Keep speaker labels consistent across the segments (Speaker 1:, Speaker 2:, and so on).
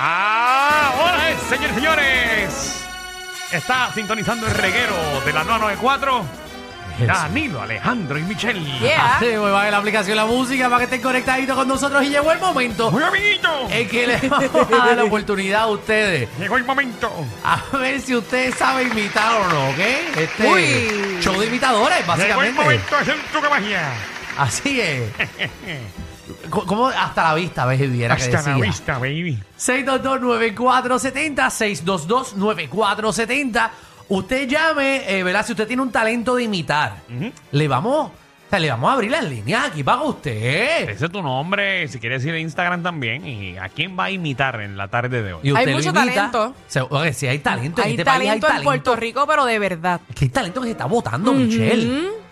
Speaker 1: Ahora, es, señores y señores, está sintonizando el reguero de la 994. Danilo, Alejandro y Michelle.
Speaker 2: Así me va en la aplicación la música para que estén conectaditos con nosotros y llegó el momento
Speaker 1: Muy amiguito.
Speaker 2: en que les vamos a dar la oportunidad a ustedes
Speaker 1: Llegó el momento.
Speaker 2: a ver si ustedes saben imitar o no, ¿ok? Este
Speaker 3: Uy.
Speaker 2: show de imitadores,
Speaker 1: Llegó el
Speaker 2: básicamente.
Speaker 1: momento de hacer tu magia.
Speaker 2: Así es. Co- ¿Cómo hasta la vista, ves, Viviera que
Speaker 1: Hasta la
Speaker 2: decía?
Speaker 1: vista, baby.
Speaker 2: 622-9470, 622-9470. Usted llame, eh, ¿verdad? Si usted tiene un talento de imitar, le vamos... o sea, le vamos a abrir las líneas aquí para usted.
Speaker 1: Ese es tu nombre, si quieres ir a Instagram también. ¿Y a quién va a imitar en la tarde de hoy?
Speaker 2: Y
Speaker 3: Hay
Speaker 2: usted lo
Speaker 3: mucho
Speaker 2: imita.
Speaker 3: talento.
Speaker 2: Se- oye, si hay talento, en
Speaker 3: Hay
Speaker 2: este
Speaker 3: talento
Speaker 2: país hay
Speaker 3: en
Speaker 2: talento.
Speaker 3: Puerto Rico, pero de verdad.
Speaker 2: Es que hay talento que se está votando, Michelle.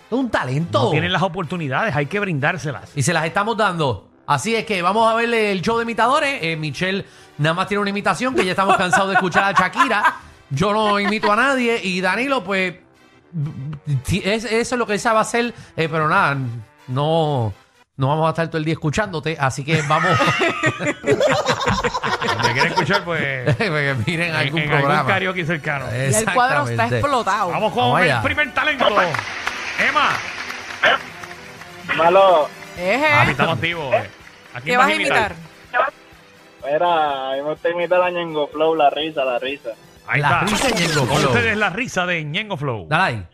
Speaker 2: Es un talento.
Speaker 1: No tienen las oportunidades, hay que brindárselas.
Speaker 2: Y se las estamos dando. Así es que vamos a ver el show de imitadores. Eh, Michelle nada más tiene una imitación que ya estamos cansados de escuchar a Shakira. Yo no imito a nadie. Y Danilo, pues, ti- es- eso es lo que él sabe hacer. Eh, pero nada, no, no vamos a estar todo el día escuchándote. Así que vamos,
Speaker 1: Si me quieren escuchar, pues.
Speaker 2: que miren
Speaker 1: en-
Speaker 2: algún
Speaker 1: en
Speaker 2: programa.
Speaker 1: algún karaoke cercano.
Speaker 3: Y el cuadro está
Speaker 2: Exactamente.
Speaker 3: explotado.
Speaker 1: Vamos con
Speaker 2: Vamos
Speaker 1: el
Speaker 2: allá.
Speaker 1: primer talento. Emma.
Speaker 4: Malo,
Speaker 3: Eje.
Speaker 1: Papi, estamos activos. eh. ¿A quién
Speaker 3: ¿Qué vas a imitar?
Speaker 4: era, me gusta imitar a Ñengo Flow, la risa, la risa.
Speaker 1: Ahí
Speaker 2: La
Speaker 1: está.
Speaker 2: risa de Ñengo
Speaker 1: Con
Speaker 2: Flow.
Speaker 1: ustedes la risa de Ñengo Flow.
Speaker 2: Dale ahí.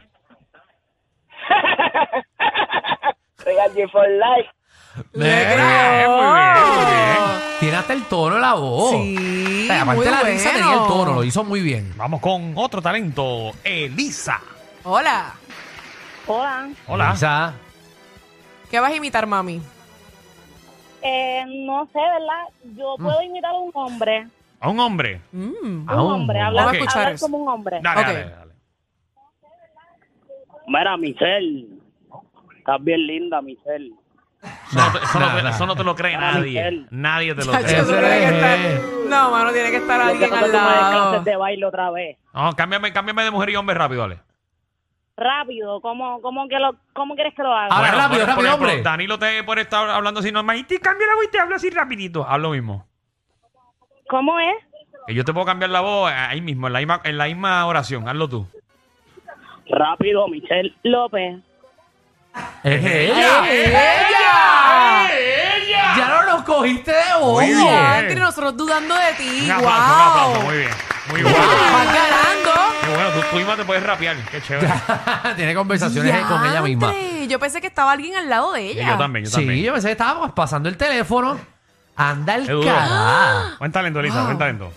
Speaker 4: Regal you for life.
Speaker 2: Ve-
Speaker 1: Eh, muy bien, muy bien.
Speaker 2: Tiene hasta el tono de la voz.
Speaker 3: Sí,
Speaker 2: O sea, aparte
Speaker 3: muy
Speaker 2: de la risa
Speaker 3: bueno.
Speaker 2: tenía el tono, lo hizo muy bien.
Speaker 1: Vamos con otro talento, Elisa.
Speaker 3: Hola.
Speaker 5: Hola.
Speaker 1: Hola.
Speaker 2: Elisa,
Speaker 3: ¿Qué vas a imitar, mami?
Speaker 5: Eh, no sé, ¿verdad? Yo puedo imitar a un hombre.
Speaker 1: A un hombre.
Speaker 3: Mm.
Speaker 2: Ah,
Speaker 5: un
Speaker 2: un
Speaker 5: hombre.
Speaker 2: hombre.
Speaker 5: Hablar,
Speaker 3: Vamos a escuchar
Speaker 5: hablar
Speaker 3: eso.
Speaker 5: como un hombre.
Speaker 1: Dale,
Speaker 3: Ok.
Speaker 1: dale, dale.
Speaker 4: Mira, Michelle, estás bien linda, Michelle.
Speaker 1: Eso, no, te- eso no
Speaker 2: nah,
Speaker 1: te-
Speaker 2: nah.
Speaker 1: eso no te lo cree
Speaker 4: Para
Speaker 1: nadie.
Speaker 4: Miguel.
Speaker 1: Nadie te lo
Speaker 3: Chacho,
Speaker 2: Ese
Speaker 3: tú
Speaker 1: cree.
Speaker 3: tienes que
Speaker 2: es.
Speaker 3: estar- No, mano, tiene que estar
Speaker 4: Lo que
Speaker 3: alguien
Speaker 4: no te
Speaker 3: al
Speaker 4: tomas es
Speaker 3: lado.
Speaker 4: clases de baile otra vez.
Speaker 1: No, cámbiame, cámbiame de mujer y hombre rápido, dale.
Speaker 5: Rápido. ¿Cómo, cómo, que lo, ¿Cómo quieres que lo haga?
Speaker 2: Ahora rápido,
Speaker 1: por- por
Speaker 2: rápido,
Speaker 1: ejemplo,
Speaker 2: hombre.
Speaker 1: Danilo te por estar hablando así normal. Y te cambia la voz y te habla así rapidito. Haz lo mismo.
Speaker 5: ¿Cómo es?
Speaker 1: Que yo te puedo cambiar la voz ahí mismo, en la misma, en la misma oración. Hazlo tú.
Speaker 4: Rápido, Michelle.
Speaker 5: López.
Speaker 2: Es ella.
Speaker 1: ¡Ella!
Speaker 3: ¡Ella!
Speaker 2: Ya no nos cogiste de
Speaker 1: Muy
Speaker 2: bobo.
Speaker 1: bien.
Speaker 3: Ya, entre nosotros dudando de ti.
Speaker 1: Un
Speaker 3: ¡Wow!
Speaker 1: aplauso, un aplauso. Muy bien. Muy bueno.
Speaker 3: Vas ganando.
Speaker 1: Qué bueno, tú, tú misma te puedes rapear. Qué chévere.
Speaker 2: Tiene conversaciones ahí con ella misma.
Speaker 3: Diantre, Yo pensé que estaba alguien al lado de
Speaker 1: Sí,
Speaker 3: ella.
Speaker 1: yo también, yo también.
Speaker 2: Sí, yo pensé que estábamos pasando el teléfono. Anda el
Speaker 1: Qué duro. Ah.
Speaker 2: carajo.
Speaker 1: Buen talento, Elisa,
Speaker 3: Wow.
Speaker 2: Ah.
Speaker 1: buen talento.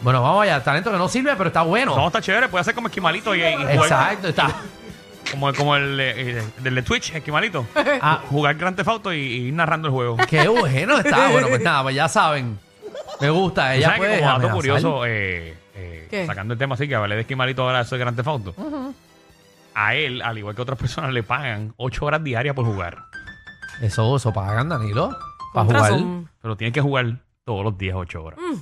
Speaker 2: Bueno, vamos allá. Talento que no sirve, pero está bueno.
Speaker 1: No, está chévere, puede hacer como esquimalito y, y jugar
Speaker 2: Exacto, está.
Speaker 1: como, como el, eh, eh, del de Twitch, esquimalito.
Speaker 2: Ah,
Speaker 1: Jugar Grand Theft Auto y, y ir narrando el juego.
Speaker 2: qué bueno está. Bueno, pues nada, pues ya saben. Me gusta,
Speaker 1: Tú
Speaker 2: ella
Speaker 1: ¿Sabes que
Speaker 2: puede
Speaker 1: como dato
Speaker 2: amenazar.
Speaker 1: curioso, eh, eh,
Speaker 3: ¿Qué?
Speaker 1: sacando el tema así, que hablé de esquimalito ahora soy Grand Theft Auto. A él, al igual que otras personas, le pagan ocho horas diarias por jugar.
Speaker 2: Eso, eso pagan, Danilo. Para
Speaker 3: Con
Speaker 2: jugar.
Speaker 3: razón.
Speaker 1: Pero tiene que jugar todos los días ocho horas.
Speaker 2: Mm.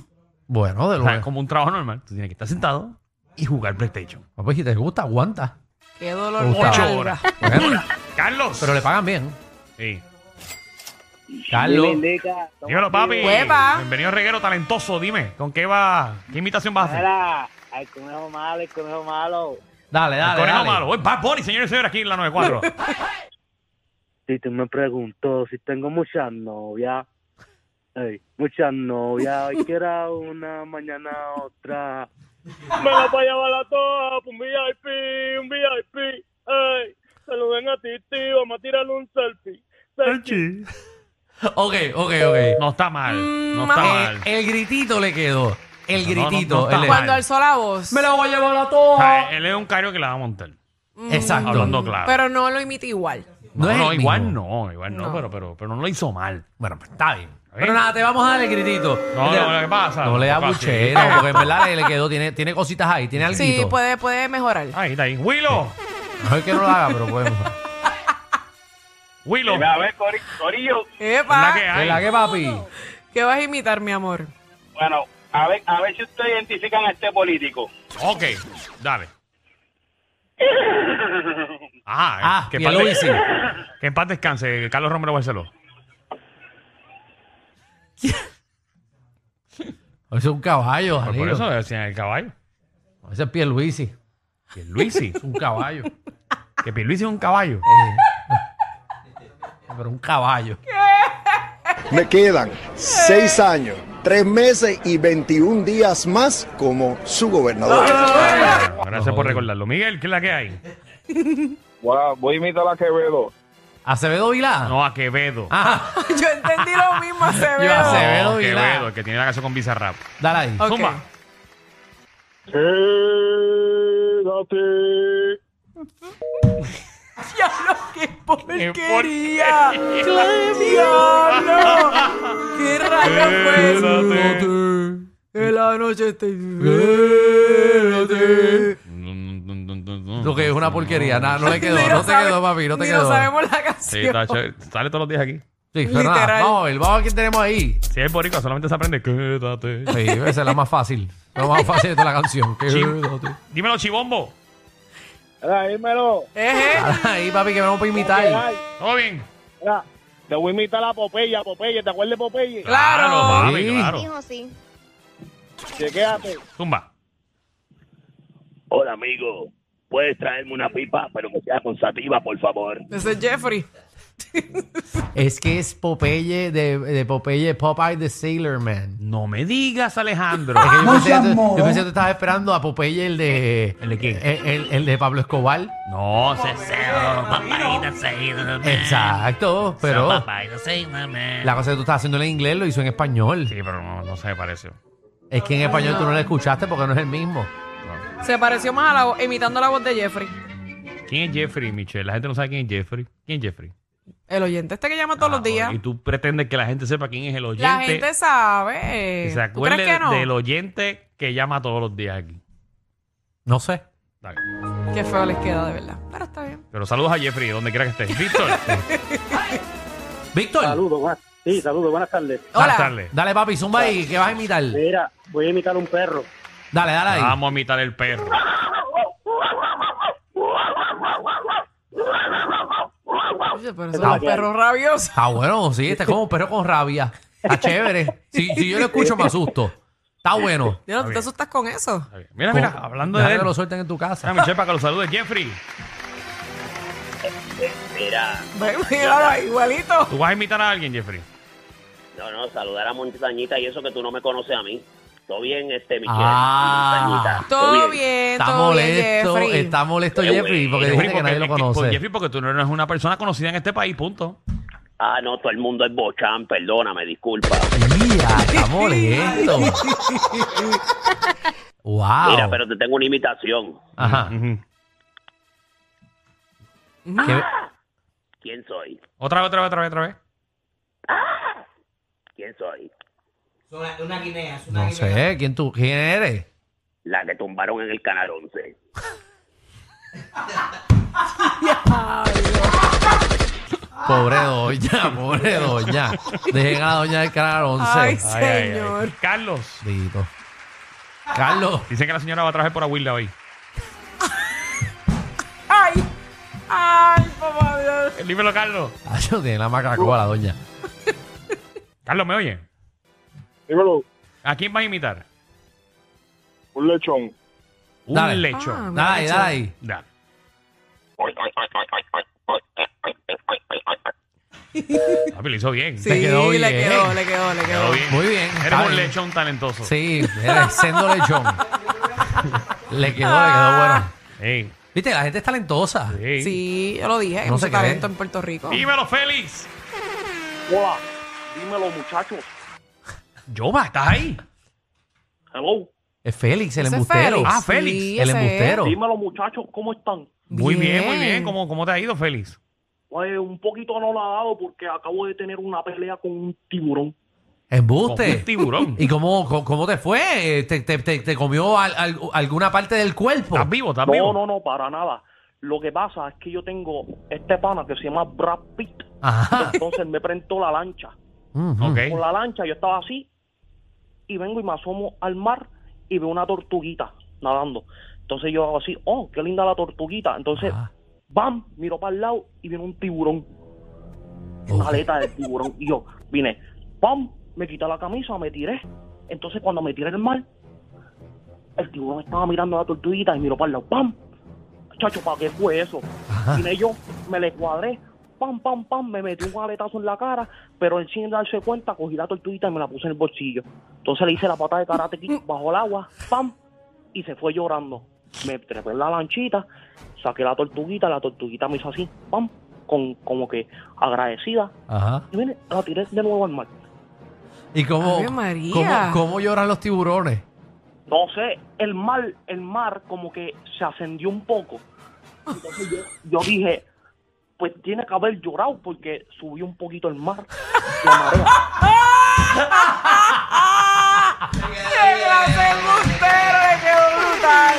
Speaker 1: O
Speaker 2: Bueno, de
Speaker 1: sea, es
Speaker 2: luego.
Speaker 1: como un trabajo normal. Tú tienes que estar sentado y jugar PlayStation.
Speaker 2: Ah, Pues si te gusta, aguanta.
Speaker 3: Qué dolor.
Speaker 2: Ocho
Speaker 3: de
Speaker 1: Ocho
Speaker 3: alma.
Speaker 1: horas.
Speaker 2: Bueno,
Speaker 1: ¡Carlos!
Speaker 2: pero le pagan bien.
Speaker 1: Sí.
Speaker 2: Carlos.
Speaker 4: Dile, indica, toma
Speaker 1: Dímelo, papi.
Speaker 4: activo.
Speaker 3: Hueva.
Speaker 1: Bienvenido, reguero talentoso. Dime, ¿con qué va? ¿Qué imitación vas a hacer?
Speaker 4: Mira, el conejo malo, el conejo malo.
Speaker 2: Dale,
Speaker 1: El
Speaker 2: dale.
Speaker 1: conejo
Speaker 2: dale.
Speaker 1: malo. Es Bad Bunny, señores y señores, aquí en la 94.
Speaker 4: Si tú me preguntas si tengo muchas novias, ey, muchas novias, hoy que era una, mañana otra. Me la voy a llevar a todas por un VIP, un VIP. Ey, saluden a ti, tío, vamos a tirarle un selfie.
Speaker 2: Ok, ok, ok.
Speaker 1: no está mal. No
Speaker 3: Mm,
Speaker 1: está
Speaker 3: mami.
Speaker 1: mal.
Speaker 2: El gritito le quedó. El
Speaker 1: No, no, no,
Speaker 2: gritito.
Speaker 1: no está
Speaker 2: el de-
Speaker 1: mal.
Speaker 3: Cuando alzó la voz.
Speaker 2: Me la voy a llevar a
Speaker 1: O sea,
Speaker 2: todas.
Speaker 1: él es un cario que la va a montar.
Speaker 3: Mm,
Speaker 2: Exacto.
Speaker 1: Hablando claro.
Speaker 3: Pero no lo imita igual.
Speaker 2: No
Speaker 1: No,
Speaker 2: es
Speaker 1: no,
Speaker 2: el
Speaker 1: igual
Speaker 2: mismo.
Speaker 1: no, igual no,
Speaker 3: No.
Speaker 1: Pero, pero, pero no lo hizo mal.
Speaker 2: Bueno, pues está bien.
Speaker 1: Está bien.
Speaker 2: Pero nada, te vamos a dar el gritito.
Speaker 1: No,
Speaker 2: Te-
Speaker 1: no, ¿qué pasa?
Speaker 2: No le da eh.
Speaker 1: Tampoco así.
Speaker 2: buchera, porque en verdad le, le quedó, tiene, tiene cositas ahí, tiene algo.
Speaker 3: Sí, puede, puede mejorar.
Speaker 1: Ahí está ahí. Willow,
Speaker 2: No es que no lo haga, pero pues, podemos.
Speaker 1: Willow.
Speaker 4: A ver, Cori- Corillo,
Speaker 3: ¡Epa!
Speaker 1: que
Speaker 2: ¿En la
Speaker 1: hay.
Speaker 2: que, papi?
Speaker 3: ¿Qué vas a imitar, mi amor?
Speaker 4: bueno, a ver, a ver si ustedes identifican a este político.
Speaker 1: Ok, dale. Ah,
Speaker 2: Ah,
Speaker 1: que, en paz de-
Speaker 2: Pierluisi.
Speaker 1: que en paz descanse, Carlos Romero Barceló. Pues
Speaker 2: Eso es un caballo,
Speaker 1: Pues por
Speaker 2: Danilo.
Speaker 1: eso decían el caballo.
Speaker 2: Ese es Pierluisi.
Speaker 1: Pierluisi.
Speaker 2: Es un caballo.
Speaker 1: que Pierluisi es un caballo.
Speaker 2: pero un caballo.
Speaker 6: Me quedan seis años, tres meses y 21 días más como su gobernador.
Speaker 1: Gracias por recordarlo. Miguel, ¿qué es la que hay?
Speaker 7: Wow, voy a imitar a Quevedo.
Speaker 2: ¿Acevedo Vilá?
Speaker 1: No, a Quevedo.
Speaker 2: Ah,
Speaker 3: Yo entendí lo mismo,
Speaker 2: Yo a
Speaker 3: Acevedo.
Speaker 2: Acevedo.
Speaker 1: No,
Speaker 2: Vilá.
Speaker 1: Quevedo, el que tiene la canción con Bizarrap.
Speaker 2: dale ahí.
Speaker 3: Ok.
Speaker 1: Zumba.
Speaker 4: Quédate.
Speaker 3: ¡Diablo, qué porquería! ¡Diablo! ¡Qué rayos fue eso? En la noche te...
Speaker 2: Lo que es una porquería. Nada, no le quedó.
Speaker 3: Ni
Speaker 2: No
Speaker 3: lo
Speaker 2: te
Speaker 3: sabe-
Speaker 2: quedó, papi. No te
Speaker 3: ni
Speaker 2: quedó.
Speaker 3: lo sabemos la
Speaker 1: Sí,
Speaker 3: canción.
Speaker 1: está chévere. sale todos los días aquí.
Speaker 2: Sí, pero nada,
Speaker 3: Literal.
Speaker 2: Vamos a ver, vamos a ver quién tenemos ahí.
Speaker 1: Si es boricua, solamente se aprende. Quédate.
Speaker 2: Sí, esa es la más fácil. La más fácil de toda la canción.
Speaker 1: Sí.
Speaker 2: Quédate.
Speaker 1: Dímelo, Chibombo.
Speaker 7: Era, dímelo.
Speaker 3: Ejé.
Speaker 2: Dale ahí, papi, que vamos para imitar.
Speaker 7: Ay,
Speaker 1: ¿Todo bien?
Speaker 7: era, te voy a imitar a Popeye, a Popeye, ¿te acuerdas de Popeye?
Speaker 3: Claro.
Speaker 1: papi,
Speaker 2: Sí.
Speaker 1: claro.
Speaker 5: Dijo sí.
Speaker 7: Chequéate.
Speaker 1: Zumba.
Speaker 4: Hola, amigo. ¿Puedes traerme una pipa, pero que sea con sativa, por favor?
Speaker 3: Ese es Jeffrey.
Speaker 2: Es que es Popeye de, de Popeye, Popeye the Sailor Man.
Speaker 1: No me digas, Alejandro.
Speaker 2: Es que yo, pensé que tú, yo pensé que tú estabas esperando a Popeye el de.
Speaker 1: ¿El de quién? Eh.
Speaker 2: El, el- el de Pablo Escobar.
Speaker 1: no, se se- papá, no se-
Speaker 2: Exacto, pero
Speaker 1: Papá, no se- mamá.
Speaker 2: la cosa que tú estás haciendo en inglés lo hizo en español.
Speaker 1: Sí, pero no, no se me parece.
Speaker 2: Es que en español tú no lo escuchaste porque no es el mismo.
Speaker 1: No.
Speaker 3: Se pareció más a la vo- imitando la voz de Jeffrey.
Speaker 1: ¿Quién es Jeffrey, Michelle? La gente no sabe quién es Jeffrey. ¿Quién es Jeffrey?
Speaker 3: El oyente este que llama todos los días.
Speaker 1: Ah, Y tú pretendes que la gente sepa quién es el oyente.
Speaker 3: La gente
Speaker 1: que
Speaker 3: sabe.
Speaker 1: se
Speaker 3: ¿Tú crees
Speaker 1: acuerde
Speaker 3: que no?
Speaker 1: del oyente que llama todos los días aquí.
Speaker 2: No sé.
Speaker 1: Dale.
Speaker 3: Qué feo les queda, de verdad. Pero está bien.
Speaker 1: Pero saludos a Jeffrey, donde quiera que estés. Víctor,
Speaker 2: Víctor,
Speaker 4: Saludos, buenas, sí, saludos, buenas tardes.
Speaker 1: buenas
Speaker 3: Hola.
Speaker 1: tardes.
Speaker 2: dale papi, zumba ahí, que vas a imitar. Dale,
Speaker 4: Mira, voy a imitar a un perro.
Speaker 2: dale ahí.
Speaker 1: Vamos a imitar el perro.
Speaker 3: Oye, pero eso es un perro rabioso.
Speaker 2: Está bueno, sí, está como un perro con rabia. Está chévere. Si, si yo lo escucho me asusto. Está bueno.
Speaker 3: Dios, ¿tú
Speaker 1: bien.
Speaker 3: te asustas con eso?
Speaker 1: Está bien. Mira, mira,
Speaker 2: Con-
Speaker 1: hablando
Speaker 2: deja
Speaker 1: de
Speaker 2: que
Speaker 1: él.
Speaker 2: lo suelten en tu casa.
Speaker 1: Ah, Michelle, para que lo salude Jeffrey.
Speaker 4: Mira,
Speaker 3: Ve, míralo ahí, igualito.
Speaker 1: Tú vas a imitar a alguien, Jeffrey.
Speaker 4: no, no, saludar a Montañita y eso que tú no me conoces a mí. Todo bien, este, Michelle.
Speaker 2: Ah,
Speaker 4: Montañita,
Speaker 3: Todo bien,
Speaker 2: Está
Speaker 3: todo bien,
Speaker 2: molesto,
Speaker 3: Jeffrey.
Speaker 2: está molesto
Speaker 4: Qué
Speaker 2: Jeffrey porque
Speaker 4: bueno.
Speaker 2: dijiste que nadie lo
Speaker 1: es que- por-
Speaker 2: conoce.
Speaker 1: Jeffrey, porque tú no eres una persona conocida en este país, punto.
Speaker 4: Ah, no, todo el mundo es bochán, perdóname, disculpa.
Speaker 2: Mira, está molesto. wow.
Speaker 4: Mira, pero te tengo una imitación.
Speaker 2: Ajá.
Speaker 1: Ujú.
Speaker 2: Qué-
Speaker 4: ¿Quién soy?
Speaker 1: Otra vez, otra vez, otra vez, otra vez.
Speaker 4: ¿Quién soy?
Speaker 2: No sé, ¿quién tú quién eres?
Speaker 4: La que tumbaron en el Canal 11.
Speaker 2: Pobre doña, pobre doña. Dejen a la doña del canal 11.
Speaker 3: Ay,
Speaker 1: Ay, ay, ay.
Speaker 3: señor.
Speaker 1: Carlos.
Speaker 2: Bendito. Carlos,
Speaker 1: Dicen que la señora va a trabajar por Aguilda hoy.
Speaker 3: Ay, ay, papá Dios.
Speaker 1: Dímelo, Carlos.
Speaker 2: Acho, tiene la macacoa la doña.
Speaker 1: Carlos, ¿me oye?
Speaker 7: Dímelo,
Speaker 1: ¿A quién vas a imitar?
Speaker 7: un lechón.
Speaker 1: Un
Speaker 2: Dale.
Speaker 1: lecho.
Speaker 3: Ah,
Speaker 2: Dale ahí, dale ahí.
Speaker 1: Dale. Papi, lo hizo bien.
Speaker 3: Sí,
Speaker 2: Te quedó
Speaker 3: le
Speaker 2: bien.
Speaker 3: quedó, le quedó, le
Speaker 1: Quedó
Speaker 3: quedó.
Speaker 1: bien.
Speaker 2: Muy bien. está
Speaker 1: Eres un
Speaker 2: bien.
Speaker 1: lechón talentoso.
Speaker 2: Sí, eres sendo lechón. le quedó, le quedó bueno.
Speaker 1: Ey,
Speaker 2: Viste, la gente es talentosa.
Speaker 1: ey.
Speaker 3: Sí, yo lo dije, hay
Speaker 2: No
Speaker 3: mucho
Speaker 2: se cree.
Speaker 3: talento en Puerto Rico.
Speaker 1: Dímelo, Félix.
Speaker 7: Hola, dímelo, muchachos.
Speaker 1: Yoba, ¿estás ahí?
Speaker 7: Hello,
Speaker 2: Es Félix, el
Speaker 3: Ese es
Speaker 2: embustero.
Speaker 3: Félix.
Speaker 1: Ah, Félix,
Speaker 3: Sí,
Speaker 2: el
Speaker 3: ese es.
Speaker 2: embustero.
Speaker 7: dímelo, muchachos, ¿cómo están?
Speaker 1: Muy bien, muy bien. ¿Cómo, cómo te ha ido, Félix?
Speaker 7: Oye, Pues, un poquito no la ha dado porque acabo de tener una pelea con un tiburón.
Speaker 1: Con
Speaker 2: Embuste.
Speaker 1: un tiburón.
Speaker 2: ¿Y cómo, cómo, cómo te fue? Eh, ¿Te, te- te- te comió al- al- alguna parte del cuerpo?
Speaker 1: ¿Estás vivo? ¿Estás
Speaker 7: No,
Speaker 1: vivo?
Speaker 7: no, no, para nada. Lo que pasa es que yo tengo este pana que se llama Brad Pitt.
Speaker 2: Ajá.
Speaker 7: Entonces él me prestó la lancha.
Speaker 2: Ujú.
Speaker 1: Ok.
Speaker 7: Con la lancha yo estaba así y vengo y me asomo al mar y veo una tortuguita nadando. Entonces yo hago así, oh, qué linda la tortuguita. Entonces,
Speaker 2: Ajá.
Speaker 7: bam, miro para el lado y viene un tiburón. Una
Speaker 2: Uf.
Speaker 7: aleta de tiburón. Y yo vine, bam, me quité la camisa, me tiré. Entonces cuando me tiré el mar, el tiburón estaba mirando a la tortuguita y miró para el lado, ¡pam! Chacho, ¿para qué fue eso? Vine yo, me le cuadré, ¡pam, pam, pam! Me metí un aletazo en la cara, pero él sin darse cuenta cogí la tortuguita y me la puse en el bolsillo. Entonces le hice la pata de karate kid bajo el agua, ¡pam! Y se fue llorando. Me trepé en la lanchita, saqué la tortuguita, la tortuguita me hizo así, ¡pam! Con, como que agradecida.
Speaker 2: Ajá.
Speaker 7: Y vine, la tiré de nuevo al mar.
Speaker 2: ¿Y cómo,
Speaker 3: Ave María.
Speaker 2: Oh, cómo, cómo lloran los tiburones?
Speaker 7: No sé, el mar, el mar como que se ascendió un poco. Entonces yo, yo dije, pues tiene que haber llorado porque subió un poquito el mar. La marea.
Speaker 3: ¡Qué clase de embustero! ¡Le quedó brutal!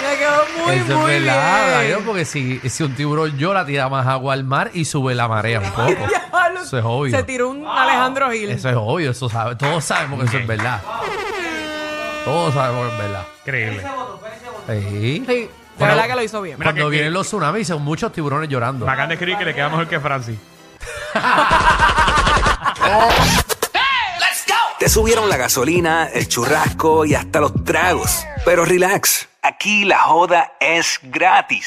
Speaker 3: ¡Le quedó muy,
Speaker 2: Eso es
Speaker 3: muy
Speaker 2: verdad, Danilo,
Speaker 3: bien!
Speaker 2: porque si, si un tiburón llora, tira más agua al mar y sube la marea un poco.
Speaker 3: Diablo,
Speaker 2: Eso es obvio.
Speaker 3: Se tiró un Alejandro Gil.
Speaker 2: Eso es obvio, eso sabe, todos sabemos que eso es verdad. Todos sabemos que es verdad.
Speaker 1: Increíble.
Speaker 2: Sí.
Speaker 3: Sí, de
Speaker 2: Bueno,
Speaker 3: verdad que lo hizo bien.
Speaker 1: mira
Speaker 2: Cuando
Speaker 1: que-
Speaker 2: vienen los tsunamis son muchos tiburones llorando.
Speaker 1: Me acaban de escribir que le queda mejor que Francis.
Speaker 8: Te subieron la gasolina, el churrasco y hasta los tragos. Pero relax, aquí la joda es gratis.